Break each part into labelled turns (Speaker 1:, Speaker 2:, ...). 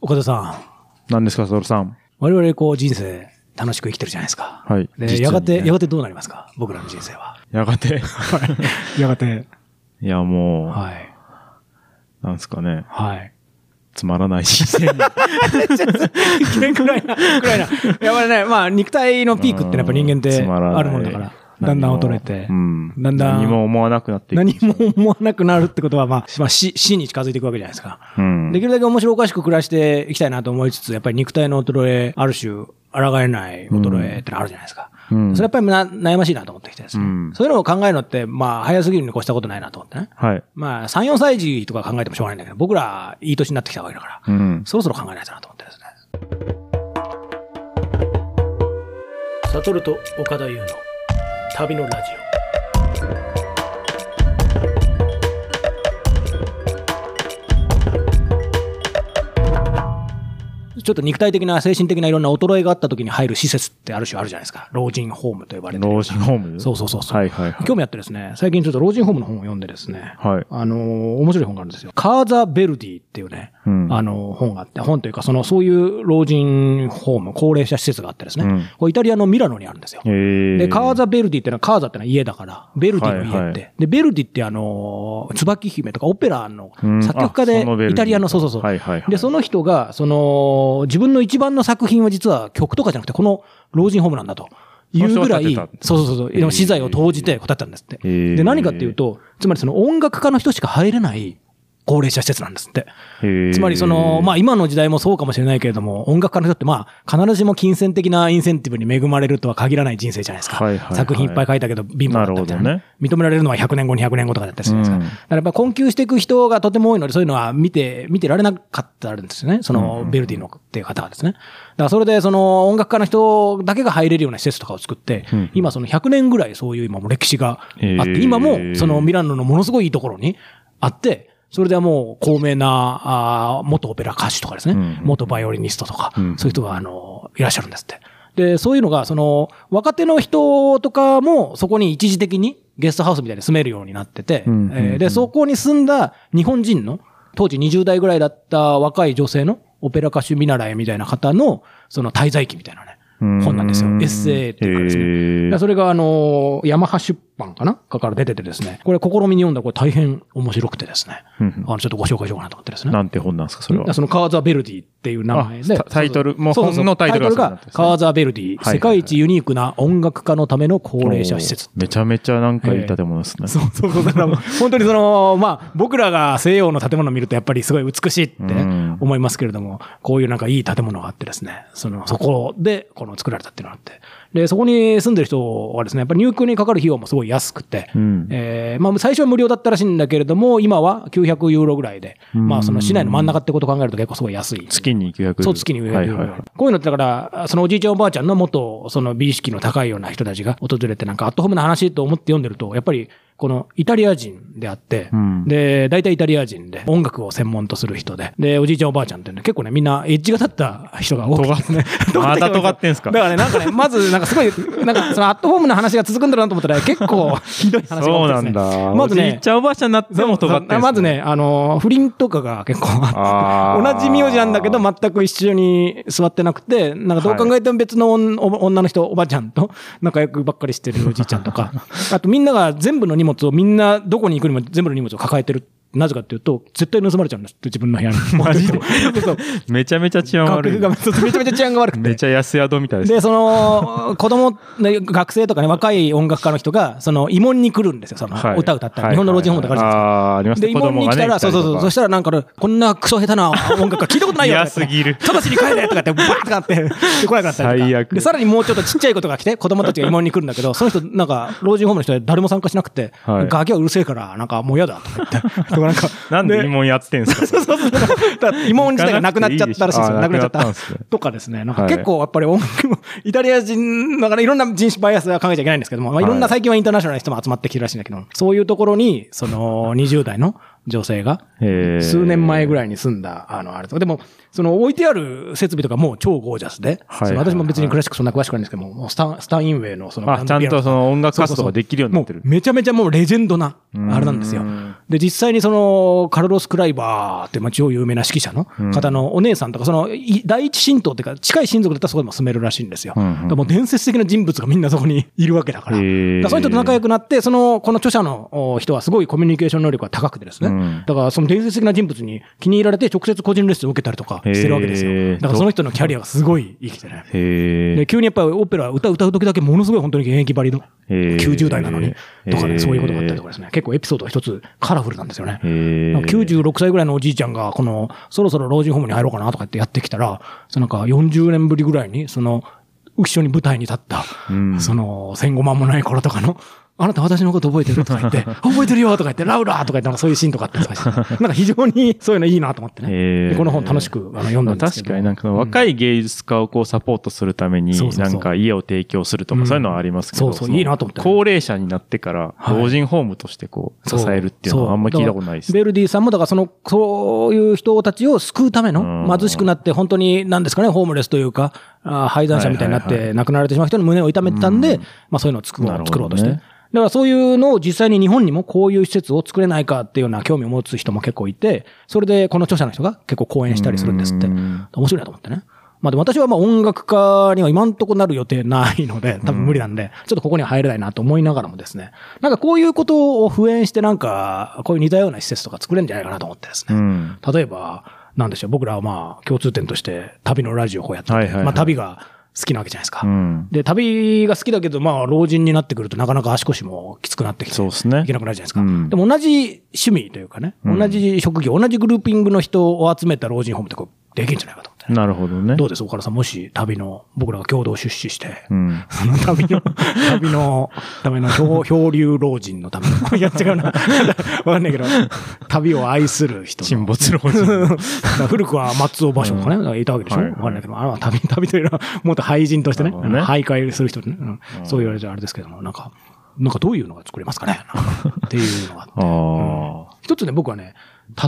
Speaker 1: 岡田さん、
Speaker 2: 何ですか、ソルさん。
Speaker 1: 我々こう人生楽しく生きてるじゃないですか。
Speaker 2: はい
Speaker 1: で、
Speaker 2: 実にね
Speaker 1: やがて、やがてどうなりますか僕らの人生は。
Speaker 2: やがて。
Speaker 1: やがて。
Speaker 2: いや、もう、
Speaker 1: はい。
Speaker 2: なんですかね。
Speaker 1: はい。
Speaker 2: つまらない人生に。
Speaker 1: くらいな、くらいな。やばいね。まあ、肉体の ピークってのはやっぱ人間って
Speaker 2: つまらない
Speaker 1: あるもんだから。だんだん
Speaker 2: 何
Speaker 1: 衰
Speaker 2: も
Speaker 1: えて。
Speaker 2: うん。
Speaker 1: だんだん
Speaker 2: 何も思わなくなっていく。
Speaker 1: 何も思わなくなるってことは、まあ、まあ死、死に近づいていくわけじゃないですか。
Speaker 2: うん。
Speaker 1: できるだけ面白おかしく暮らしていきたいなと思いつつ、やっぱり肉体の衰え、ある種、抗えない衰えってのあるじゃないですか。
Speaker 2: うん
Speaker 1: それやっぱりな悩ましいなと思ってきてですね、
Speaker 2: うん
Speaker 1: そういうのを考えるのって、まあ、早すぎるに越したことないなと思ってね。
Speaker 2: はい。
Speaker 1: まあ、3、4歳児とか考えてもしょうがないんだけど、僕ら、いい年になってきたわけだから、
Speaker 2: うん。
Speaker 1: そろそろ考えないとなと思ってですね。
Speaker 3: サトルと岡田優の旅のラジ
Speaker 1: ちょっと肉体的な、精神的ないろんな衰えがあった時に入る施設ってある種あるじゃないですか。老人ホームと呼ばれてる。
Speaker 2: 老人ホーム
Speaker 1: そうそうそうそう。
Speaker 2: はいはいはい
Speaker 1: 興味あってですね、最近ちょっと老人ホームの本を読んでですね、
Speaker 2: はい
Speaker 1: あのー面白い本があるんですよ。カーザ・ベルディっていうね、
Speaker 2: うん
Speaker 1: あのー本があって、本というか、その、そういう老人ホーム、高齢者施設があってですね、
Speaker 2: うん
Speaker 1: これイタリアのミラノにあるんですよ。
Speaker 2: え
Speaker 1: で、カーザ・ベルディってのは、カーザってのは家だから、ベルディの家って。
Speaker 2: はいはい
Speaker 1: で、ベルディってあのー、椿姫とかオペラの
Speaker 2: うん
Speaker 1: 作曲家
Speaker 2: あそのベ
Speaker 1: で、
Speaker 2: ルディ
Speaker 1: イタリアの、そうそうそう。
Speaker 2: はいはいはい
Speaker 1: で、その人が、その、自分の一番の作品は実は曲とかじゃなくて、この老人ホームなんだと。いうぐらい、
Speaker 2: その人
Speaker 1: そ
Speaker 2: が
Speaker 1: う
Speaker 2: 建てた
Speaker 1: そうそうそう、
Speaker 2: へー
Speaker 1: 資材を投じて答えたんですって。
Speaker 2: へー
Speaker 1: で、何かっていうと、つまりその音楽家の人しか入れない高齢者施設なんですって。
Speaker 2: へー
Speaker 1: つまりその、まあ今の時代もそうかもしれないけれども、音楽家の人ってまあ必ずしも金銭的なインセンティブに恵まれるとは限らない人生じゃないですか。
Speaker 2: はいはいはい
Speaker 1: 作品いっぱい書いたけど貧乏だったみたいな、
Speaker 2: なる
Speaker 1: 認められるのは100年後、200年後とかだったりするじゃないですか。
Speaker 2: うん
Speaker 1: だからやっぱ困窮していく人がとても多いので、そういうのは見て、見てられなかったんですよね。そ
Speaker 2: うんう
Speaker 1: の
Speaker 2: ん
Speaker 1: ベルディのっていう方がですね。だからそれでその音楽家の人だけが入れるような施設とかを作って
Speaker 2: うんうん、
Speaker 1: 今その100年ぐらいそういう今も歴史があっ
Speaker 2: へー
Speaker 1: て、今もそのミラノのものすごいいいところにあって、それではもう高名な、あー元オペラ歌手とかですね、
Speaker 2: うん
Speaker 1: 元バイオリニストとか、
Speaker 2: うん
Speaker 1: そういう人が、あの、いらっしゃるんですって。で、そういうのが、その、若手の人とかも、そこに一時的にゲストハウスみたいに住めるようになってて、
Speaker 2: うん
Speaker 1: えー
Speaker 2: う
Speaker 1: で、
Speaker 2: ん
Speaker 1: そこに住んだ日本人の、当時20代ぐらいだった若い女性のオペラ歌手見習いみたいな方の、その滞在記みたいなね、
Speaker 2: うん
Speaker 1: 本なんですよ。エッセイっていうかですね。
Speaker 2: へー
Speaker 1: でそれが、あのーヤマハ出版かなから出ててですね、これ、試みに読んだらこれ大変面白くてですね、
Speaker 2: うんうん
Speaker 1: あの、ちょっとご紹介しようかなと思ってですね。
Speaker 2: なんて本なんですか、それは
Speaker 1: ん。そのカーザ・ベルディっていう名前で。
Speaker 2: あタタイトルもう
Speaker 1: そうそうそう
Speaker 2: 本のタイトルがそうな
Speaker 1: が
Speaker 2: ってるんですね
Speaker 1: カーザ・ベルディ、
Speaker 2: はい
Speaker 1: 世界一ユニークな音楽家のための高齢者施設。
Speaker 2: おーめちゃめちゃなんかいい建物です ね。
Speaker 1: そうそうそう。だからもう、本当にその、まあ、僕らが西洋の建物を見るとやっぱりすごい美しいってね
Speaker 2: うん
Speaker 1: 思いますけれども、こういうなんかいい建物があってですね、その、そこで、この作られたっていうのがあって。で、そこに住んでる人はですね、やっぱり入居にかかる費用もすごい安くて、
Speaker 2: うん
Speaker 1: えーまあ、最初は無料だったらしいんだけれども、今は900ユーロぐらいで、まあ、その市内の真ん中ってことを考えると結構すごい安い。
Speaker 2: 月に900
Speaker 1: そう、月に上、
Speaker 2: はいはいはい。
Speaker 1: こういうのってだから、そのおじいちゃんおばあちゃんの元、その美意識の高いような人たちが訪れて、なんかアットホームな話と思って読んでると、やっぱり、このイタリア人であって、
Speaker 2: うん
Speaker 1: で、大体イタリア人で、音楽を専門とする人で、で、おじいちゃんおばあちゃんってね、結構ね、みんなエッジが立った人が多く てね。
Speaker 2: 尖って
Speaker 1: 人が多く
Speaker 2: また尖ってんすか
Speaker 1: だからね、なんかね、まず、なんかすごい、なんかそのアットホームな話が続くんだろうなと思ったら、結構ひどい話が多くてですね。
Speaker 2: そうなんだ。
Speaker 1: まず
Speaker 2: お
Speaker 1: ね、
Speaker 2: じいちゃんおばあちゃんになっても尖ってんすね
Speaker 1: まずね、あの、不倫とかが結構あって
Speaker 2: あー
Speaker 1: 同じ名字なんだけど、全く一緒に座ってなくて、なんかどう考えても別のおんお女の人、おばちゃんと仲良くばっかりしてるおじいちゃんと か、あとみんなが全部の荷物をみんなどこに行くにも全部の荷物を抱えてる。なぜかっていうと、絶対盗まれちゃうんですって、自分の部屋に。マジでそう
Speaker 2: めちゃめちゃ治安
Speaker 1: 価
Speaker 2: 悪
Speaker 1: 格
Speaker 2: い
Speaker 1: が。めちゃめちゃ治安が悪くて。
Speaker 2: めちゃ安宿みたいですね。
Speaker 1: で、その、子供、ね学生とかね、若い音楽家の人が、その、慰問に来るんですよ、その、
Speaker 2: はい
Speaker 1: 歌歌った
Speaker 2: は
Speaker 1: ら。
Speaker 2: い
Speaker 1: 日本の老人ホームとかあるじゃないですか。
Speaker 2: あーありますね
Speaker 1: で、慰問に来たら、そうそうそう、そしたらなんかね、こんなクソ下手な音楽が聞いたことないよとか言って
Speaker 2: 嫌すぎる
Speaker 1: 直ちに帰れとかっ て、バーってなって、で来なかったりとか
Speaker 2: 最悪
Speaker 1: で、さらにもうちょっとちっちゃい子とか来て、子供たちが慰問に来るんだ けど、その人、なんか、老人ホームの人は誰も参加しなくて、
Speaker 2: はい
Speaker 1: ガキはうるせえから、なんかもう嫌だとか言って、 とかなんか、
Speaker 2: なんで慰問やってんすか
Speaker 1: そうそうそう。だから慰問自体がなくなっちゃったらしいですよ。
Speaker 2: 行かな
Speaker 1: な
Speaker 2: く
Speaker 1: く
Speaker 2: てい
Speaker 1: ないっちゃっ
Speaker 2: あーな
Speaker 1: た
Speaker 2: くなったんですね。
Speaker 1: とかですね。なん
Speaker 2: は
Speaker 1: か
Speaker 2: い
Speaker 1: 結構やっぱり音楽も、イタリア人、だからいろんな人種バイアスは考えちゃいけないんですけども、まあいろん
Speaker 2: は
Speaker 1: ない最近はインターナショナルな人も集まってきてるらしいんだけど、そういうところに、その20代の女性が、
Speaker 2: へー
Speaker 1: 数年前ぐらいに住んだ、あの、あれと。でも、その置いてある設備とかもう超ゴージャスで、
Speaker 2: はい
Speaker 1: その私も別にクラシックそんな詳しくないんですけども、もうスタン、スタインウェイのその、
Speaker 2: あちゃんとその音楽活動ができるようになってる
Speaker 1: そうそうそうもうめちゃめちゃもうレジェンドな、
Speaker 2: ん
Speaker 1: あれなんですよ。で、実際にその、カルロス・クライバーって、まあ、超有名な指揮者の方のお姉さんとか、その、い第一神道っていうか、近い親族だったらそこでも住めるらしいんですよ。
Speaker 2: うんうん
Speaker 1: だからもう伝説的な人物がみんなそこにいるわけだから。
Speaker 2: へー
Speaker 1: だからそういう人と仲良くなって、その、この著者のお人はすごいコミュニケーション能力が高くてですね。
Speaker 2: うん
Speaker 1: だからその伝説的な人物に気に入られて直接個人レッスンを受けたりとかしてるわけです
Speaker 2: へ
Speaker 1: よ。
Speaker 2: ー
Speaker 1: だからその人のキャリアがすごい生きてね。
Speaker 2: へ
Speaker 1: で急にやっぱりオペラ歌歌う時だけものすごい本当に現役ばりの
Speaker 2: え。
Speaker 1: 90代なのにとか
Speaker 2: へ
Speaker 1: ね、
Speaker 2: ー
Speaker 1: そういうことがあったりとかですね。結構エピソードが一つカラフルなんですよね。
Speaker 2: へ
Speaker 1: なんか96歳ぐらいのおじいちゃんが、この、そろそろ老人ホームに入ろうかなとかってやってきたら、そのなんか40年ぶりぐらいに、その、一緒に舞台に立った、
Speaker 2: うん
Speaker 1: その、戦後間もない頃とかの、 あなた私のこと覚えてるとか言 って、覚えてるよとか言って、ラウラーとか言って、なんかそういうシーンとかあったりとかして、なんか非常にそういうのいいなと思って
Speaker 2: へ
Speaker 1: ね。
Speaker 2: ー
Speaker 1: でこの本楽しくあの読んだんですけ
Speaker 2: 確
Speaker 1: ど。
Speaker 2: かになんか若い芸術家をこうサポートするために
Speaker 1: そうそう
Speaker 2: な
Speaker 1: そうん
Speaker 2: か家を提供すると
Speaker 1: う
Speaker 2: か
Speaker 1: ん
Speaker 2: そういうのはありますけ
Speaker 1: そ
Speaker 2: ど
Speaker 1: うそう
Speaker 2: の
Speaker 1: いいなと思って
Speaker 2: 高齢者になってから
Speaker 1: はい
Speaker 2: 老人ホームとしてこう支えるっていうのはあんま聞いたことないで
Speaker 1: そう
Speaker 2: す
Speaker 1: ベルディさんも、だからその、そういう人たちを救うため
Speaker 2: う
Speaker 1: の、
Speaker 2: ん
Speaker 1: 貧しくなって、本当に、なんですかね、ホームレスというか、あー廃残者みたいになっ
Speaker 2: はいはい
Speaker 1: て亡くなられてしまう人の胸を痛めてたん
Speaker 2: う
Speaker 1: で
Speaker 2: ん、
Speaker 1: まあそういうのを作ろ
Speaker 2: なるほ
Speaker 1: う
Speaker 2: ど
Speaker 1: 作ろうとして。
Speaker 2: ね
Speaker 1: だからそういうのを実際に日本にもこういう施設を作れないかっていうような興味を持つ人も結構いて、それでこの著者の人が結構講演したりするんですって。
Speaker 2: うん
Speaker 1: 面白いなと思ってね。まあでも私はまあ音楽家には今んとこなる予定ないので、多分無理なんで、ちょっとここには入れないなと思いながらもですね、なんかこういうことを普遍してなんか、こういう似たような施設とか作れるんじゃないかなと思ってです
Speaker 2: う
Speaker 1: ね。
Speaker 2: ん
Speaker 1: 例えば、なんでしょう、僕らはまあ共通点として旅のラジオをこうやってて、
Speaker 2: はいはいはい
Speaker 1: まあ旅が好きなわけじゃないですか。
Speaker 2: うん
Speaker 1: で、旅が好きだけど、まあ、老人になってくるとなかなか足腰もきつくなってきて、
Speaker 2: そうですね
Speaker 1: いけなくなるじゃないですか。
Speaker 2: うん
Speaker 1: でも同じ趣味というかね、
Speaker 2: うん
Speaker 1: 同じ職業、同じグルーピングの人を集めた老人ホームってこう、できるんじゃないかと思ってね、
Speaker 2: なるほどね
Speaker 1: どうです岡田さん、もし旅の、僕らが共同出資して、
Speaker 2: うん
Speaker 1: その旅 の、旅のための漂漂流老人のため の、いや違うな。わかんないけど、旅を愛する人の。
Speaker 2: 沈没老人
Speaker 1: だから古くは松尾芭蕉とかね、いたわけでしょ、
Speaker 2: はい
Speaker 1: わかんないけど、あれは旅、 旅というのは、もっと廃人としてね、
Speaker 2: なるほどね
Speaker 1: 徘徊する人ね、うんそう言われちゃあれですけども、なんか、なんかどういうのが作れますかねなんかっていうのがあって
Speaker 2: ああ
Speaker 1: 一つね、僕はね、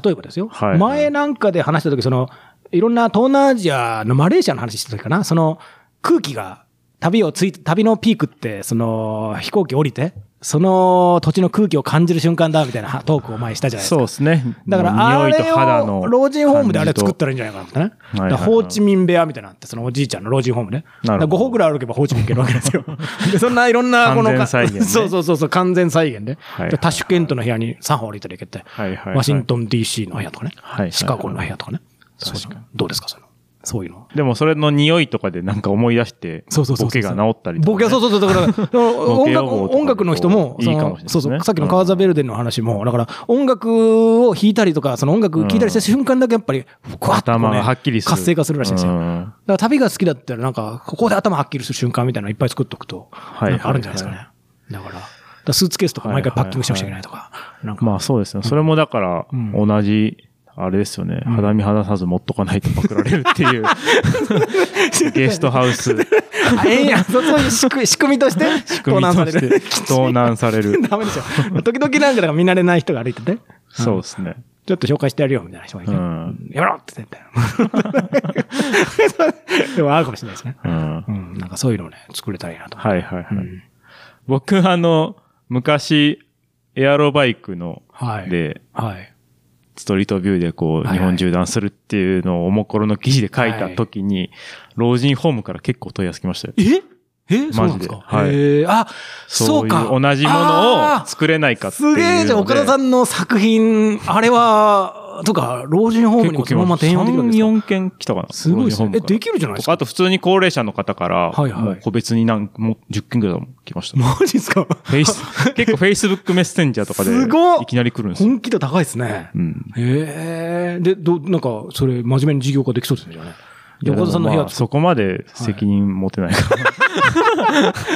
Speaker 1: 例えばですよ。
Speaker 2: はいはい
Speaker 1: 前なんかで話した時、その、いろんな東南アジアのマレーシアの話した時かな、その、空気が、旅をつい、旅のピークって、その、飛行機降りて、その土地の空気を感じる瞬間だ、みたいなトークを前にしたじゃないです
Speaker 2: そう
Speaker 1: か。
Speaker 2: ですね
Speaker 1: だから、あ
Speaker 2: 匂いと
Speaker 1: れ
Speaker 2: 肌
Speaker 1: を
Speaker 2: の
Speaker 1: 老人ホームであれ作っ
Speaker 2: 感
Speaker 1: たらいいんじゃないかなってね。だか
Speaker 2: はいはい
Speaker 1: ら
Speaker 2: はい
Speaker 1: ホーチミン部屋みたいなのあって、そのおじいちゃんの老人ホームね。
Speaker 2: なるほど
Speaker 1: 5歩ぐらい歩けばホーチミン行けるわけです よ。で、そんないろんな、この、
Speaker 2: 完全再現ね
Speaker 1: そうそうそうそう、完全再現で。
Speaker 2: はいはい
Speaker 1: でタッシュケントの部屋に3歩歩いたら行けて、
Speaker 2: はいはいはい
Speaker 1: ワシントン DC の部屋とかね、
Speaker 2: はいはい
Speaker 1: シカゴの部屋とかね。そういうの
Speaker 2: 確かに
Speaker 1: どうですか、そういうの。そういうの。
Speaker 2: とでもそれの匂いとかでなんか思い出して
Speaker 1: そうそうそうそう
Speaker 2: ボケが治ったりと
Speaker 1: ボ
Speaker 2: かね
Speaker 1: ケはそうそうそう、だから、 だから音
Speaker 2: ケ予
Speaker 1: 楽
Speaker 2: 防とか
Speaker 1: 音楽の人も、
Speaker 2: いいかもしれないですね
Speaker 1: そのそうそう、さっきのカーザベルデンの話も、だから音楽を弾いたりとか、その音楽聴いたりした瞬間だけやっぱり、ふわっとこうね
Speaker 2: 頭がはっきりする
Speaker 1: 活性化するらしいんですよ。
Speaker 2: う
Speaker 1: だ
Speaker 2: ん
Speaker 1: から旅が好きだったら、なんか、ここで頭はっきりする瞬間みたいなのいっぱい作っとくと、
Speaker 2: い
Speaker 1: なんかあるんじゃないですかね。だから、だからスーツケースとか毎回パッキングしなくちゃいけないとか、なんか
Speaker 2: まあそうですね。それもだから、
Speaker 1: ん
Speaker 2: 同じ、あれですよね。肌身離さず持っとかないとパクられるって いう、ゲストハウス、
Speaker 1: あ ええやん、 そうそういう仕組み仕組みとして、
Speaker 2: 組
Speaker 1: 盗
Speaker 2: み
Speaker 1: 難さ
Speaker 2: と
Speaker 1: れ
Speaker 2: して
Speaker 1: る。
Speaker 2: 盗難され る。
Speaker 1: ダメでしょ。時々なんかだから見慣れない人が歩いてて、
Speaker 2: そうですね。
Speaker 1: ちょっと紹介してやるよみたいな人がいて、
Speaker 2: うん
Speaker 1: やめろって 言って。でもあるかもしれないですね。
Speaker 2: うん。
Speaker 1: うん、なんかそういうのをね、作れたらいいなと思って。
Speaker 2: はいはいはい。
Speaker 1: うん
Speaker 2: 僕、あの、昔、エアロバイクの、
Speaker 1: はい。
Speaker 2: で、
Speaker 1: はい。
Speaker 2: ストリートビューでこ、
Speaker 1: いうはい
Speaker 2: 日本縦断するっていうのをおもころの記事で書いた時に、老人ホームから結構問い合わせきましたよ。
Speaker 1: ええそう
Speaker 2: マ
Speaker 1: な
Speaker 2: ジ
Speaker 1: んで
Speaker 2: です
Speaker 1: か、
Speaker 2: はい
Speaker 1: へえあ、
Speaker 2: そ
Speaker 1: そうう
Speaker 2: い
Speaker 1: か。
Speaker 2: う同じもの
Speaker 1: あー
Speaker 2: を作れないかっていう
Speaker 1: す
Speaker 2: ので。
Speaker 1: げえじゃん、岡田さんの作品、あれは、とか、老人ホームにもそのまま転用できるんですか
Speaker 2: 3、4件来たかな。
Speaker 1: すごいです
Speaker 2: 老人ホ
Speaker 1: ね
Speaker 2: ーム。
Speaker 1: え、
Speaker 2: から
Speaker 1: できるじゃないです
Speaker 2: とか
Speaker 1: か。
Speaker 2: あと普通に高齢者の方から、
Speaker 1: はいはい
Speaker 2: もう個別になんもう10件ぐらいも来ました。
Speaker 1: マ ジですか
Speaker 2: フェイ ス結構フェイスブックメッセンジャーとか
Speaker 1: すごっ
Speaker 2: で、いきなり来るんですよ。
Speaker 1: 本気度高いですね。
Speaker 2: うん。
Speaker 1: へえ。で、ど、なんか、それ、真面目に事業化できそうですね、じゃあね。横田さんの部
Speaker 2: いやでも
Speaker 1: 屋
Speaker 2: まあ
Speaker 1: 作っ
Speaker 2: そこまで責任持てない か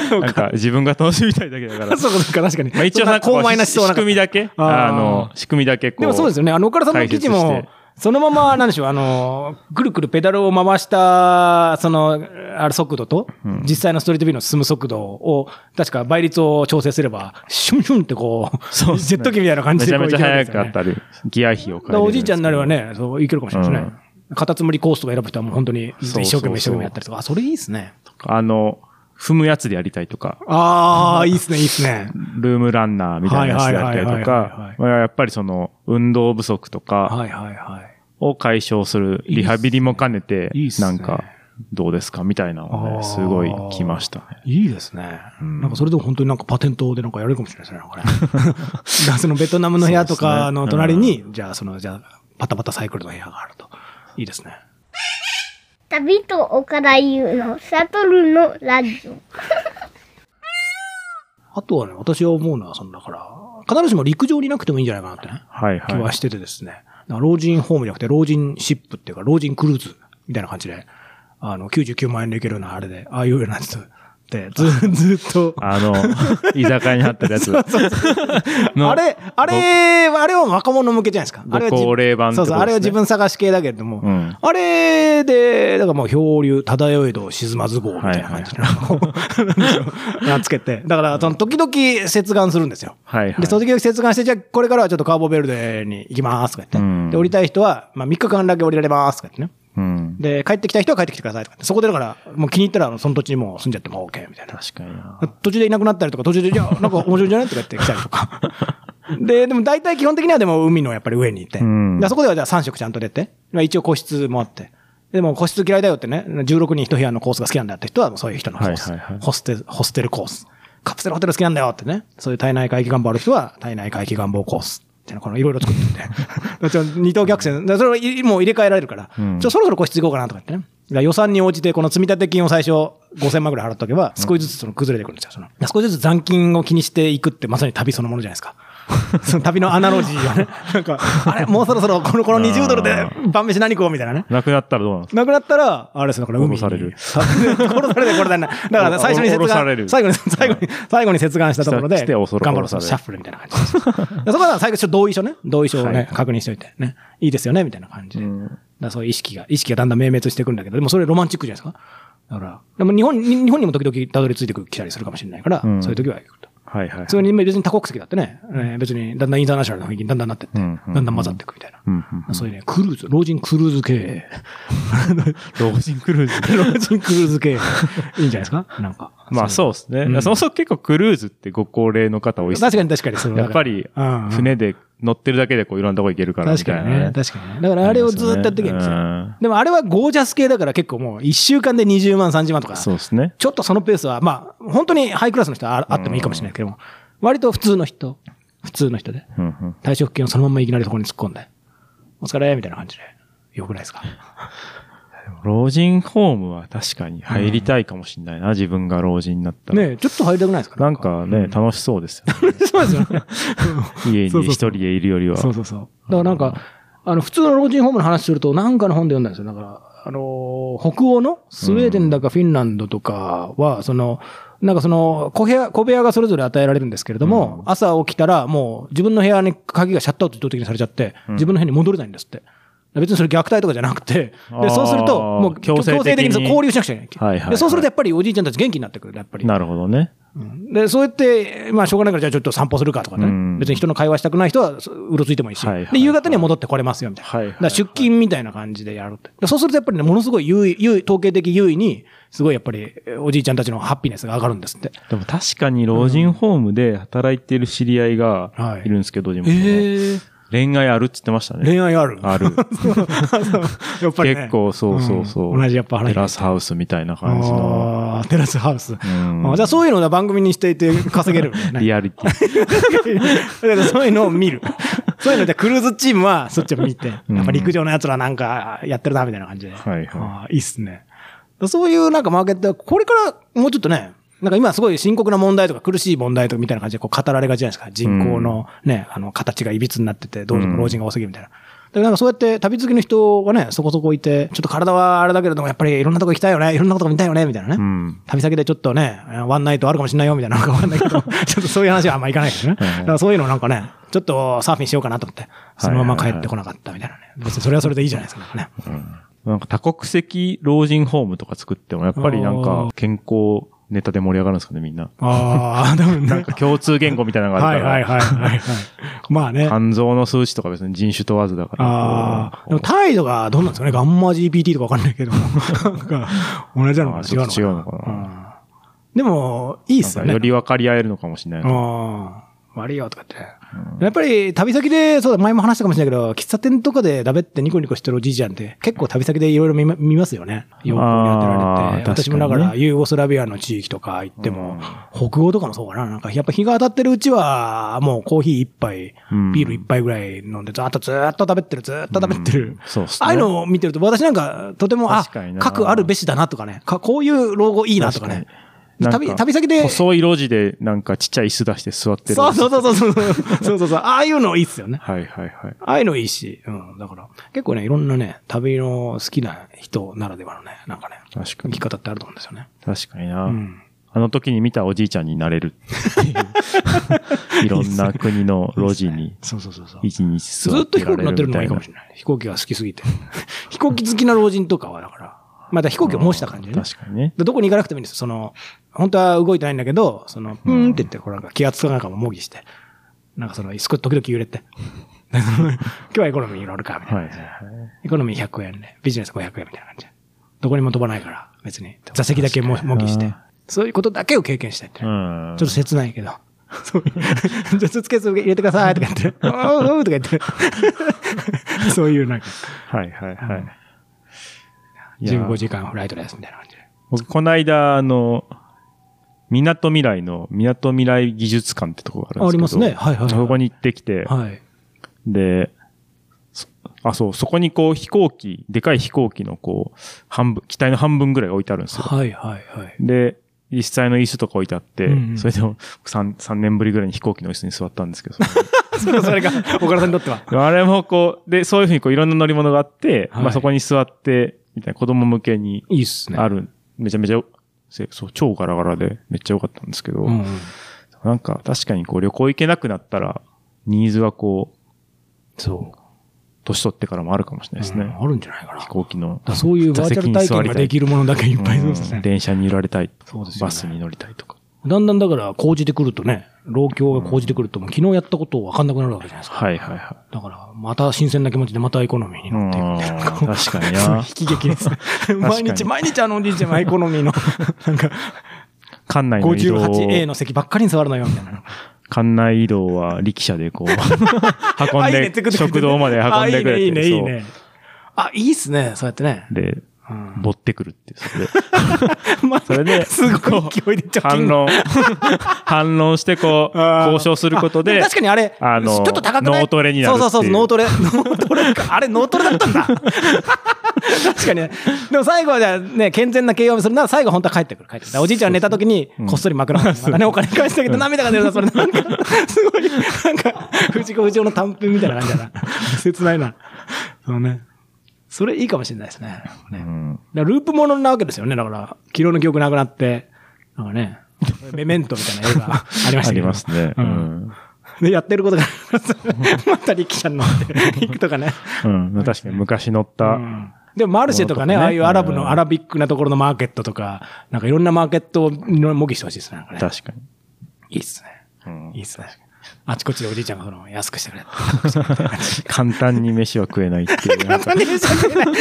Speaker 2: ら。なんか自分が楽しみたいだけだ から。
Speaker 1: そうか、そうか、確かに。
Speaker 2: まあ一
Speaker 1: そ
Speaker 2: 応
Speaker 1: ん
Speaker 2: な
Speaker 1: なん
Speaker 2: かこう
Speaker 1: 高邁な
Speaker 2: し
Speaker 1: 思想
Speaker 2: 仕組み
Speaker 1: だ。
Speaker 2: だけ、
Speaker 1: あー
Speaker 2: あの、仕組みだけこう。
Speaker 1: でもそうですよね。あの、岡田さんの記事
Speaker 2: 解説
Speaker 1: も
Speaker 2: して、
Speaker 1: そのまま、なんでしょう、あの、くるくるペダルを回した、その、あれ速度と、実際のストリートビューの進む速度を、確か倍率を調整すれば、シュンシュンってこう、
Speaker 2: そうです
Speaker 1: ジェ
Speaker 2: ね
Speaker 1: ット機みたいな感
Speaker 2: め
Speaker 1: じ
Speaker 2: ち
Speaker 1: で
Speaker 2: ゃ
Speaker 1: こう
Speaker 2: めちゃ早かっ
Speaker 1: 行けるわけですよね
Speaker 2: たり、ギア費を変え
Speaker 1: だからおじいちゃんになれば。ね、そう、いけるかもしれないですね。カタツムリコースとか選ぶ人はもう本当に、
Speaker 2: そうそうそう
Speaker 1: 一生懸命一生懸命やったりとか、あ、それいいですね。
Speaker 2: あの、踏むやつでやりたいとか、
Speaker 1: ああ、いいっすね、いいっすね。
Speaker 2: ルームランナーみたいなやつでやりたい
Speaker 1: はいはい
Speaker 2: と
Speaker 1: はいはいはいは
Speaker 2: か
Speaker 1: い、
Speaker 2: まあやっぱりその、運動不足とか
Speaker 1: はいはいはい。
Speaker 2: を解消するリハビリも兼ねて
Speaker 1: いいっ、すね
Speaker 2: なんか、どうですかみたいなのが
Speaker 1: あー
Speaker 2: ね、すごい来ましたね。
Speaker 1: いいですね。
Speaker 2: うん
Speaker 1: なんかそれでも本当になんかパテントでなんかやれるかもしれないですね、なんかね。だ からそのベトナムの部屋とかの隣に、じゃあその、じゃあパタパタサイクルの部屋があると。いいですね。
Speaker 4: 旅と岡田優のサトルのラジオ。
Speaker 1: あとはね、私は思うのは、その、だから、必ずしも陸上になくてもいいんじゃないかなってね、
Speaker 2: はい
Speaker 1: 気は
Speaker 2: はい。
Speaker 1: しててですね。だから老人ホームじゃなくて、老人シップっていうか、老人クルーズみたいな感じで、あの、99万円で行けるようなあれで、ああいうようなやつで、ず、ずっと。
Speaker 2: あの、居酒屋にあってるやつ。の
Speaker 1: あれ、あれは、あれは若者向けじゃないですか。あれは自
Speaker 2: ご高齢版って
Speaker 1: そう
Speaker 2: ことですね
Speaker 1: そう、あれは自分探し系だけれども、
Speaker 2: うん
Speaker 1: あれで、だからもう漂流、漂いど沈まず号みたいな感じで、 名つけて。だから、その時々接岸するんですよ。
Speaker 2: はいはい
Speaker 1: で、その時々接岸して、じゃあこれからはちょっとカーボベルデに行きますとか言って、
Speaker 2: うん
Speaker 1: で、降りたい人は、まあ3日間だけ降りられますとか言ってね。
Speaker 2: うん。
Speaker 1: で、帰ってきた人は帰ってきてくださいとか言って。そこでだから、もう気に入ったらその土地にもう住んじゃっても OK みたいな。
Speaker 2: 確かにな。
Speaker 1: 途中でいなくなったりとか、途中で、いや、なんか面白いんじゃないとか言って来たりと か。で、でも大体基本的にはでも海のやっぱり上にいて。
Speaker 2: うん
Speaker 1: でそこではじゃあ3食ちゃんと出て、まあ、一応個室もあって。でも個室嫌いだよってね、16人一部屋のコースが好きなんだって人はもうそういう人のコース。
Speaker 2: はいはいはい
Speaker 1: ホステル、ホステルコース。カプセルホテル好きなんだよってね。そういう体内回帰願望ある人は体内回帰願望コース。っていうのこのいろいろ作って て。だから二等逆線。だからそれをいもう入れ替えられるから。
Speaker 2: うん
Speaker 1: ちょ、そろそろ個室行こうかなとか言ってね。だから予算に応じて、この積立金を最初5000万ぐらい払っとけば、少しずつその崩れてくるんですよ。その少しずつ残金を気にしていくって、まさに旅そのものじゃないですか。 その旅のアナロジーがね。なんか、あれ、もうそろそろこの、この20ドルで晩飯何食おうみたいなね。
Speaker 2: なくなったらどうなんですか
Speaker 1: なくなったら、あれですね、だから海に
Speaker 2: 殺され る
Speaker 1: 殺されてこれだな。だから最初に接
Speaker 2: おお殺され
Speaker 1: 岸、
Speaker 2: る
Speaker 1: 最後に、最後に、最後に接岸したところで、
Speaker 2: してして
Speaker 1: 頑
Speaker 2: 恐ろ
Speaker 1: 張ろうシ
Speaker 2: 殺される
Speaker 1: ャッフルみたいな感じです。でそ こは最後、ちょっと同意書ね、同意書を
Speaker 2: は
Speaker 1: ね
Speaker 2: い、
Speaker 1: 確認しておいて、ね、いいですよね、みたいな感じで。
Speaker 2: うん
Speaker 1: だからそういう意識が、意識がだんだん明滅していくんだけど、でもそれロマンチックじゃないですか。だから、でも日本に、日本にも時々たどり着いてきたりするかもしれないから、
Speaker 2: うん
Speaker 1: そういう時は行くと。
Speaker 2: はいはい。
Speaker 1: それに別に多国籍だってね、えー別にだんだんインターナショナルの雰囲気にだんだんなってって、
Speaker 2: うんうん
Speaker 1: だんだん混ざっていくみたいな。
Speaker 2: うんうん
Speaker 1: そういうね、クルーズ、老人クルーズ経営。
Speaker 2: 老人クルーズ。
Speaker 1: 老人クルーズ系、いいんじゃないですかなんか。
Speaker 2: まあそうですね。
Speaker 1: うん
Speaker 2: そもそも結構クルーズってご高齢の方多いっすね
Speaker 1: 確かに確かに。その
Speaker 2: やっぱり
Speaker 1: うんうん、
Speaker 2: 船で乗ってるだけでこういろんなとこ行けるからみ
Speaker 1: 確
Speaker 2: た
Speaker 1: か
Speaker 2: い
Speaker 1: に
Speaker 2: な
Speaker 1: ね。確かにね。だからあれをずっとやっていけるんです
Speaker 2: う
Speaker 1: よ
Speaker 2: ん。
Speaker 1: でもあれはゴージャス系だから結構もう1週間で20万、30万とか。
Speaker 2: そうですね。
Speaker 1: ちょっとそのペースは、まあ、本当にハイクラスの人はああってもいいかもしれないけども、割と普通の人、普通の人で、
Speaker 2: うんうん
Speaker 1: 退職金をそのまんまいきなりそこに突っ込んで、お疲れみたいな感じで、よくないですか
Speaker 2: 老人ホームは確かに入りたいかもしれないな、自分が老人になったら。
Speaker 1: ねえちょっと入りたくないですか
Speaker 2: なんかね、楽しそうですよ、ね。
Speaker 1: そうですよ ね。
Speaker 2: 家
Speaker 1: そう
Speaker 2: に
Speaker 1: そうそう
Speaker 2: 一人でいるよりは。
Speaker 1: そうそうそう。だからなんか、あの、普通の老人ホームの話すると、なんかの本で読んだんですよ。だから、あのー北欧のスウェーデンだかフィンランドとかは、その、なんかその、小部屋、小部屋がそれぞれ与えられるんですけれども、朝起きたらもう自分の部屋に鍵がシャットアウト自動的にされちゃって、自分の部屋に戻れないんですって。別にそれ虐待とかじゃなくて、
Speaker 2: あ
Speaker 1: で
Speaker 2: ー
Speaker 1: そうすると、もう強
Speaker 2: 強
Speaker 1: 制
Speaker 2: 制
Speaker 1: 的
Speaker 2: 的に
Speaker 1: にそう交流しなくちゃいけ
Speaker 2: は
Speaker 1: な
Speaker 2: いはい
Speaker 1: い。
Speaker 2: はい
Speaker 1: でそうするとやっぱりおじいちゃんたち元気になってくる、やっぱり。
Speaker 2: なるほどね。
Speaker 1: で、そうやって、まあ、しょうがないから、じゃあちょっと散歩するかとかね。
Speaker 2: うん
Speaker 1: 別に人の会話したくない人は、そううろついてもいいし。
Speaker 2: はいはいはい
Speaker 1: で、夕方には戻ってこれますよ、みたいな。
Speaker 2: はいはいはい
Speaker 1: だから出勤みたいな感じでやるって。でそうすると、やっぱりね、ものすごい優位、優位、統計的優位に、すごいやっぱり、えおじいちゃんたちのハッピネスが上がるんですって。
Speaker 2: でも確かに老人ホームで働いてる知り合いがいるんですけど、地元の
Speaker 1: ええ
Speaker 2: 恋愛あるって言ってましたね。
Speaker 1: 恋愛ある
Speaker 2: ある。
Speaker 1: やっぱり、ね。
Speaker 2: 結構そうそうそう。
Speaker 1: ん同じやっぱ腹
Speaker 2: テ
Speaker 1: に
Speaker 2: ラスハウスみたいな感じの。
Speaker 1: あーテラスハウス。
Speaker 2: ん
Speaker 1: あじゃあそういうのを番組にしていて稼げるみたいなね
Speaker 2: リアリティ。
Speaker 1: だからそういうのを見る。そういうので、クルーズチームはそっちを見て、やっぱ陸上の奴らなんかやってるな、みたいな感じで。
Speaker 2: はいはい
Speaker 1: ああいいっすね。そういうなんかマーケットは、これからもうちょっとね、なんか今すごい深刻な問題とか苦しい問題とかみたいな感じでこう語られがちじゃないですか。人口のね、あの形がいびつになってて、どうぞ老人が多すぎるみたいな。だからなんかそうやって旅好きの人がね、そこそこいて、ちょっと体はあれだけれども、やっぱりいろんなとこ行きたいよね、いろんなことが見たいよね、みたいなね。
Speaker 2: うん
Speaker 1: 旅先でちょっとね、ワンナイトあるかもしれないよみたいなのかわかんない けど、ちょっとそういう話はあんまいかないですね。だからそういうのなんかね、ちょっとサーフィンしようかなと思って、そのまま帰ってこなかったみたいなね。別にそれはそれでいいじゃないですか。なんか ね。
Speaker 2: なんか多国籍老人ホームとか作っても、やっぱりなん
Speaker 1: あ
Speaker 2: か
Speaker 1: ー
Speaker 2: 健康ネタで盛り上がるんですかね、みんな。
Speaker 1: ああ、でも
Speaker 2: なん
Speaker 1: ね
Speaker 2: か。共通言語みたいなのがあ
Speaker 1: はい
Speaker 2: るから。
Speaker 1: はいはいはいはい。まあね。
Speaker 2: 肝臓の数値とか別に人種問わずだから。
Speaker 1: ああ、で
Speaker 2: こう
Speaker 1: も態度がどうなんですかね。ガ ンマ GPT とかわかんないけど、なんか、同じなのか
Speaker 2: あ
Speaker 1: な
Speaker 2: ー
Speaker 1: 違う
Speaker 2: ちょ
Speaker 1: の
Speaker 2: っ
Speaker 1: か
Speaker 2: と
Speaker 1: な
Speaker 2: 違うのかな。
Speaker 1: うんでも、いいっす
Speaker 2: な
Speaker 1: よ
Speaker 2: んか
Speaker 1: ね。
Speaker 2: より分かり合えるのかもしれないな。
Speaker 1: ああ、悪いよとか言って。やっぱり旅先で、そうだ、前も話したかもしれないけど、喫茶店とかでだべってニコニコしてるおじいちゃんって、結構旅先でいろいろ見ま見ますよね。洋服に当てられて。
Speaker 2: あー
Speaker 1: 私もだ
Speaker 2: 確
Speaker 1: か
Speaker 2: かにね
Speaker 1: ら、ユーゴスラビアの地域とか行っても、北欧とかもそうかな。なんか、やっぱ日が当たってるうちは、もうコーヒー一杯、
Speaker 2: うん
Speaker 1: ビール一杯ぐらい飲んで、ずっとずっと食べてる、ずっと食べてる。
Speaker 2: うんそうっすね
Speaker 1: ああいうのを見てると、私なんか、とても、あ
Speaker 2: 確かに、な
Speaker 1: 核あるべしだなとかね。かこういう老後いいなとかね。旅
Speaker 2: なんか
Speaker 1: 旅先で
Speaker 2: 細い路地でなんかちっちゃい椅子出して座ってる。
Speaker 1: そうそうそうそうそう。そうそうそう。ああいうのいいっすよね。
Speaker 2: はいはいはい。
Speaker 1: ああいうのいいし。うん。だから、結構ね、いろんなね、旅の好きな人ならではのね、なんかね、
Speaker 2: 確か
Speaker 1: 生
Speaker 2: に
Speaker 1: き。方ってあると思うんですよね。
Speaker 2: 確かにな。
Speaker 1: うん。
Speaker 2: あの時に見たおじいちゃんになれるって いう。いろんな国の路地に
Speaker 1: そうそうそうそう。
Speaker 2: 一日
Speaker 1: ず
Speaker 2: 座
Speaker 1: っ
Speaker 2: っ
Speaker 1: と飛
Speaker 2: てら
Speaker 1: 行機
Speaker 2: れ
Speaker 1: 乗ってる
Speaker 2: るみ
Speaker 1: のが
Speaker 2: た
Speaker 1: いい
Speaker 2: い
Speaker 1: か
Speaker 2: な
Speaker 1: もし。れない。飛行機が好きすぎて。飛行 機好きな老人とかは、だから、また飛行機を模した感じでね。
Speaker 2: 確かにね。
Speaker 1: でどこに行かなくてもいいんですよ。その、本当は動いてないんだけど、その、うんって言って、こうなんか気圧とかなんかも模擬して、なんかその、すごい時々揺れ て、今日はエコノミー乗るか、みたいな
Speaker 2: はいはいはい。
Speaker 1: エコノミー100円で、ビジネス500円みたいな感じで。どこにも飛ばないから、別に。座席だけも模擬して。そういうことだけを経験したいってね、
Speaker 2: うん。
Speaker 1: ちょっと切ないけど。そういう。じゃあ、スーツケース入れてくださいとか言って。あーうんとか言 って。そういうなんか、
Speaker 2: はいはいは
Speaker 1: うん
Speaker 2: い。いや
Speaker 1: 15時間フライトですみたいな感じで。
Speaker 2: 僕、この間、あの、港未来の、港未来技術館ってとこがあるんで
Speaker 1: あ
Speaker 2: すけど。
Speaker 1: りますねはいはいはい
Speaker 2: そこに行ってきて、
Speaker 1: はい。
Speaker 2: で、そあ、そう、そこにこう飛行機、でかい飛行機のこう、半分、機体の半分ぐらい置いてあるんですよ。
Speaker 1: はいはい はい。
Speaker 2: で、実際の椅子とか置いてあって、
Speaker 1: うんうん
Speaker 2: それでも3、三年ぶりぐらいに飛行機の椅子に座ったんですけど、
Speaker 1: それそれが、岡田さんにとっては。
Speaker 2: でもあれもこう、で、そういうふうにこういろんな乗り物があって、
Speaker 1: はい
Speaker 2: まあそこに座って、みたいな子供向けに
Speaker 1: いいっすね。
Speaker 2: あ。る、めちゃめちゃ、せそう、超ガラガラでめっちゃ良かったんですけど、
Speaker 1: うんうん。
Speaker 2: なんか確かにこう旅行行けなくなったら、ニーズはこう、
Speaker 1: そう。
Speaker 2: 年取ってからもあるかもしれないですね。
Speaker 1: うんあるんじゃないかな。
Speaker 2: 飛行機の
Speaker 1: だからそういうバーチャル体験ができるものだけいっぱいそうです
Speaker 2: うん
Speaker 1: ね。
Speaker 2: 電車に揺られたい。
Speaker 1: そうですよね
Speaker 2: バスに乗りたいとか。
Speaker 1: だんだんだから、講じてくるとね、老境が講じてくると、もう昨日やったことを分かんなくなるわけじゃないですか。
Speaker 2: はいはいはい。
Speaker 1: だから、また新鮮な気持ちでまたエコノミーに
Speaker 2: う
Speaker 1: なっ
Speaker 2: ん
Speaker 1: ていくみたいな。こう
Speaker 2: 確かにな。
Speaker 1: 悲劇ですね。毎
Speaker 2: 確か
Speaker 1: 日、
Speaker 2: に
Speaker 1: 毎日あのおじいちゃんはエコノミーの、 なんか、
Speaker 2: 館内の移動。
Speaker 1: 58A の席ばっかりに座るのよ、みたいな。
Speaker 2: 館内移動は力車 でこう、運ん
Speaker 1: あいいねテクテクテクテク
Speaker 2: で、食堂まで運んでくれ
Speaker 1: あ
Speaker 2: て。
Speaker 1: いいね、いいね、いい
Speaker 2: そ
Speaker 1: ね。あ、いいっすね、そうやってね
Speaker 2: う。。で、
Speaker 1: うん
Speaker 2: 持ってくるって、それで。
Speaker 1: まあ
Speaker 2: それです
Speaker 1: ごい勢いで貯金
Speaker 2: 反論。 反論してこう、
Speaker 1: あー
Speaker 2: 交渉すること
Speaker 1: あ
Speaker 2: で。
Speaker 1: も確かにあれ、
Speaker 2: あの
Speaker 1: ちょっと高くない
Speaker 2: 脳トレになるっていう
Speaker 1: そうそうそう、脳トレ。脳トレか。あれ、脳トレだったんだ。 確かにね。でも最後はじゃあね、健全な形容をするなら最後は本当は帰ってくる。帰ってくるだからおじいちゃんが寝た時に、こっそり枕元にまたね、お金返してあげて涙が出るな、それ。なんか、 すごい、なんか、藤子不二雄の短編みたいな感じだな。 切ないな。そうね。それいいかもしれないですね。ね
Speaker 2: うん
Speaker 1: だからループものなわけですよね。だから、昨日の記憶なくなって、なんかね、メメントみたいな映画ありましたけど。
Speaker 2: ありますね。
Speaker 1: う。
Speaker 2: うんん。
Speaker 1: で、やってることが、 また力車に乗って、行くとかね。
Speaker 2: うん。確かに昔乗っ
Speaker 1: う
Speaker 2: た。
Speaker 1: んでもマルシェとかね、
Speaker 2: も
Speaker 1: あ
Speaker 2: のとかね
Speaker 1: あいうアラブ
Speaker 2: う
Speaker 1: の、
Speaker 2: ん
Speaker 1: アラビックなところのマーケットとか、なんかいろんなマーケットを模擬してほしいですね。なんかね
Speaker 2: 確かに。
Speaker 1: いいっすね。
Speaker 2: うん
Speaker 1: いいっすね。あちこちでおじいちゃんがその安くしてくれ。
Speaker 2: 簡単に飯は食えないって いう。なんか
Speaker 1: 簡単に言うじゃんね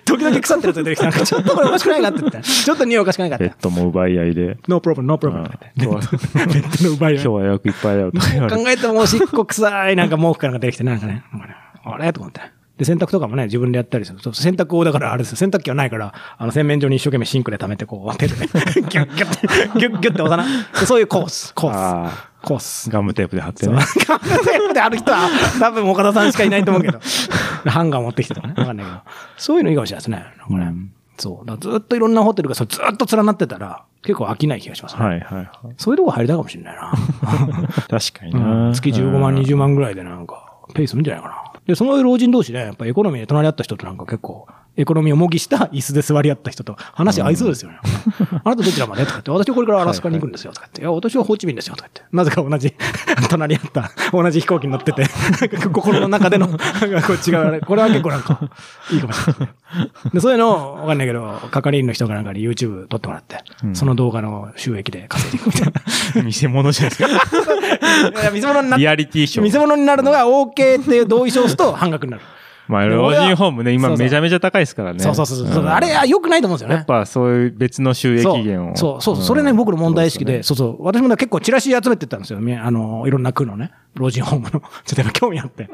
Speaker 1: 時々腐ってるやつが出てきて、なんかちょっとこれおかしくないかって言って、ちょっと匂いおかしくないかって
Speaker 2: ベッ。ドも奪い合いで。
Speaker 1: ノープロブム、ノープロブムって
Speaker 2: あ今日は
Speaker 1: 言って。ベッドの奪い合い
Speaker 2: 今日は予約いっぱいだよとか言われて。
Speaker 1: 考えてもおしっこ臭い、なんか毛布かなんか出てきて、なんかね、なんかねあれと思って。で、洗濯とかもね、自分でやったりする。そう洗濯を、だからあれですよ、洗濯機はないから、あの、洗面所に一生懸命シンクで溜めて、こう、 手で、ギュッギュッて、ギュッギュッて押さな。でそういうコース、コース、
Speaker 2: あ
Speaker 1: コース
Speaker 2: あ。。ガムテープで貼って
Speaker 1: そう。
Speaker 2: ね
Speaker 1: ガ。ムテープである人は、多分岡田さんしかいないと思うけど。ハンガー持ってきてとかね。わかんないけど。そういうのいいかもしれないですね。なんかね
Speaker 2: うん
Speaker 1: そう。だからずっといろんなホテルがそうずっと連なってたら、結構飽きない気がしますね。
Speaker 2: はいはいはい。
Speaker 1: そういうとこ入りたいかもしれないな。
Speaker 2: 確かに
Speaker 1: う。
Speaker 2: なん
Speaker 1: 月15万、
Speaker 2: うん
Speaker 1: 20万ぐらいでなんか、ペイするんじゃないかな。で、その老人同士ね、やっぱエコノミーで隣り合った人となんか結構、エコノミーを模擬した椅子で座り合った人と話合いそうですよね。あなたどちらまでと か言って、私はこれからアラスカに行くんですよとか言って、いや、私はホーチミンですよとか言って、なぜか同じ 隣り合った、同じ飛行機に乗ってて、 なんか心の中での、 なんかこう違うあれ、これは結構なんか、いいかもしれないですね。で、そういうのをわかんないけど、係員の人がなんかに YouTube 撮ってもらって、
Speaker 2: うん
Speaker 1: その動画の収益で稼いでいくみ たいな。
Speaker 2: 偽物じゃないですか。
Speaker 1: いや見せ物になっ
Speaker 2: リアリティショー。
Speaker 1: 見せ物になるのが OK っていう同意書を押すと半額になる。
Speaker 2: まあ、
Speaker 1: で
Speaker 2: 老
Speaker 1: 俺は
Speaker 2: 人ホームね、
Speaker 1: そ
Speaker 2: 今
Speaker 1: うそう
Speaker 2: めちゃめちゃ高いです からね。
Speaker 1: そうそうそうそう、
Speaker 2: ん
Speaker 1: あれは良くないと思うんですよ
Speaker 2: やっ
Speaker 1: ね。
Speaker 2: ぱそういう別の収益
Speaker 1: そう
Speaker 2: 源を。
Speaker 1: そうそうそう、それね、僕の問題意識で、そうそう、私もね、結構チラシ集めてったんですよ、みあの、いろんな区のね、老人ホームの、ち ょっとやっぱ興味あって。で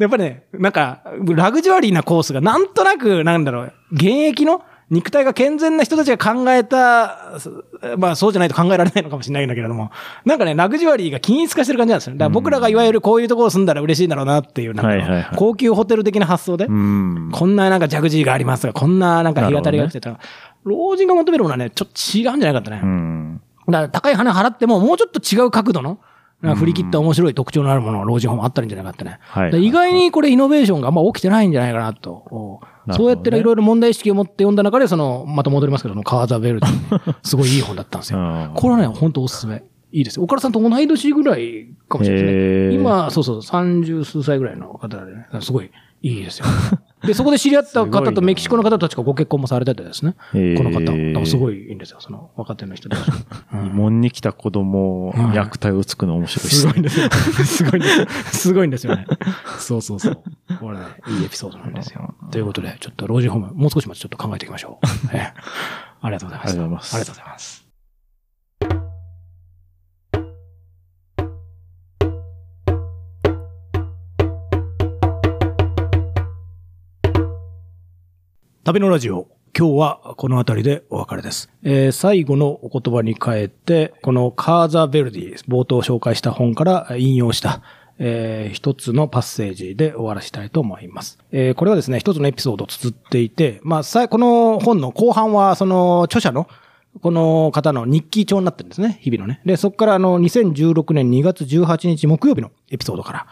Speaker 1: やっぱりね、なんか、ラグジュアリーなコースが、なんとなく、なんだろう、現役の肉体が健全な人たちが考えた、すまあそうじゃないと考えられないのかもしれないんだけれども、なんかね、ラグジュアリーが均一化してる感じなんですよね。だから僕らがいわゆるこういうところ住んだら嬉しいんだろうなっていう、なんか、
Speaker 2: はいはいはい
Speaker 1: 高級ホテル的な発想で、
Speaker 2: うん。
Speaker 1: こんななんかジャグジーがありますが、こんななんか日当たりが来てたら、老人が求めるものはね、ちょっと違うんじゃないかってね。
Speaker 2: う
Speaker 1: だから
Speaker 2: ん。
Speaker 1: 高い花払っても、もうちょっと違う角度の、なんか振り切った面白い特徴のあるものが老人ホームあったらいいんじゃないかってね。
Speaker 2: はい
Speaker 1: だから意外にこれイノベーションがあんま起きてないんじゃないかなと。おう
Speaker 2: なるほどね
Speaker 1: そうやってねいろいろ問題意識を持って読んだ中で、その、また戻りますけど、そのカーザベ ルディ、すごいいい本だったんです
Speaker 2: うん
Speaker 1: よ。これはね、本当おすすめ。いいですよ。岡田さんと同い年ぐらいかもしれないです
Speaker 2: へー
Speaker 1: ね。今、そうそう、30数歳ぐらいの方でね、すごいいいですよ。で、そこで知り合った
Speaker 2: すご
Speaker 1: 方
Speaker 2: いな
Speaker 1: とメキシコの方たちがご結婚もされててですね。こ
Speaker 2: へー
Speaker 1: の方。だからすごいいいんですよ、その若手の人たち。
Speaker 2: 疑問に来た子供を虐待をつくの面白いです
Speaker 1: す
Speaker 2: ね
Speaker 1: ごいんですよ。すごいんですよ。すごいんですよね。そうそうそう。これね、いいエピソードなんですよ。ということで、ちょっと老人ホーム、もう少しまでちょっと考えていきましょう。ええありがとうございました。
Speaker 2: ありがとうございます
Speaker 1: ありがとうございます。旅のラジオ。今日はこの辺りでお別れです。えー最後のお言葉に変えて、このカーザ・ベルディ、冒頭紹介した本からえー引用した、えー一つのパッセージで終わらしたいと思います。えーこれはですね、一つのエピソードを綴っていて、まあ、さこの本の後半は、その著者のこの方の日記帳になってるんですね、日々のね。で、そこからあの、2016年2月18日木曜日のエピソードから、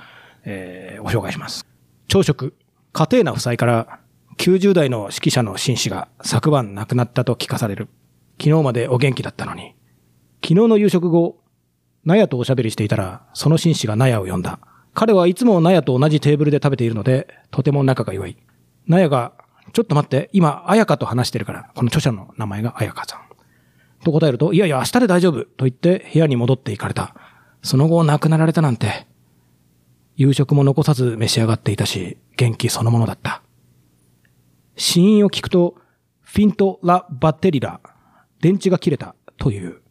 Speaker 1: えーご紹介します。朝食、家庭な夫妻から90代の指揮者の紳士が昨晩亡くなったと聞かされる。昨日までお元気だったのに。昨日の夕食後、納屋とおしゃべりしていたら、その紳士が納屋を呼んだ。彼はいつも納屋と同じテーブルで食べているので、とても仲が良い。納屋が、ちょっと待って、今、綾香と話してるから、この著者の名前が綾香さん。と答えると、いやいや、明日で大丈夫と言って部屋に戻って行かれた。その後亡くなられたなんて。夕食も残さず召し上がっていたし、元気そのものだった。死因を聞くと、フィント・ラ・バッテリラ、電池が切れたという。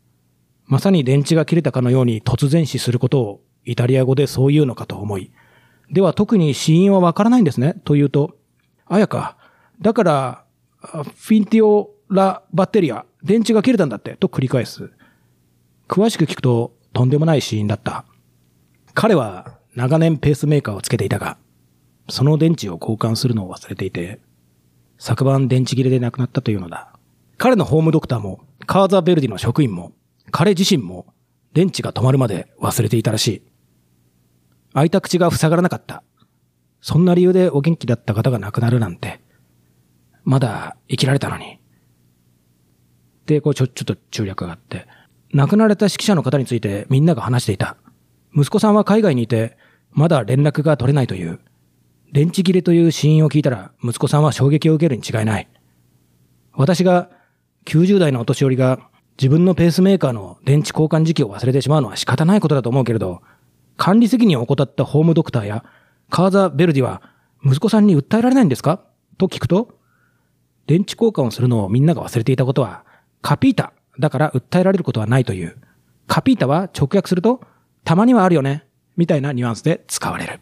Speaker 1: まさに電池が切れたかのように突然死することをイタリア語でそう言うのかと思い。では特に死因はわからないんですねと言うと、あやか、だから、あフィンティオ・ラ・バッテリア、電池が切れたんだってと繰り返す。詳しく聞くと、とんでもない死因だった。彼は長年ペースメーカーをつけていたが、その電池を交換するのを忘れていて、昨晩電池切れで亡くなったというのだ。彼のホームドクターも、カーザ・ベルディの職員も、彼自身も、電池が止まるまで忘れていたらしい。開いた口が塞がらなかった。そんな理由でお元気だった方が亡くなるなんて。まだ生きられたのに。で、こうちょ、ちょっと中略があって。亡くなられた指揮者の方についてみんなが話していた。息子さんは海外にいて、まだ連絡が取れないという。電池切れという死因を聞いたら、息子さんは衝撃を受けるに違いない。私が、90代のお年寄りが、自分のペースメーカーの電池交換時期を忘れてしまうのは仕方ないことだと思うけれど、管理責任を怠ったホームドクターや、カーザ・ベルディは、息子さんに訴えられないんですかと聞くと、電池交換をするのをみんなが忘れていたことは、カピータだから訴えられることはないという。カピータは直訳すると、たまにはあるよね、みたいなニュアンスで使われる。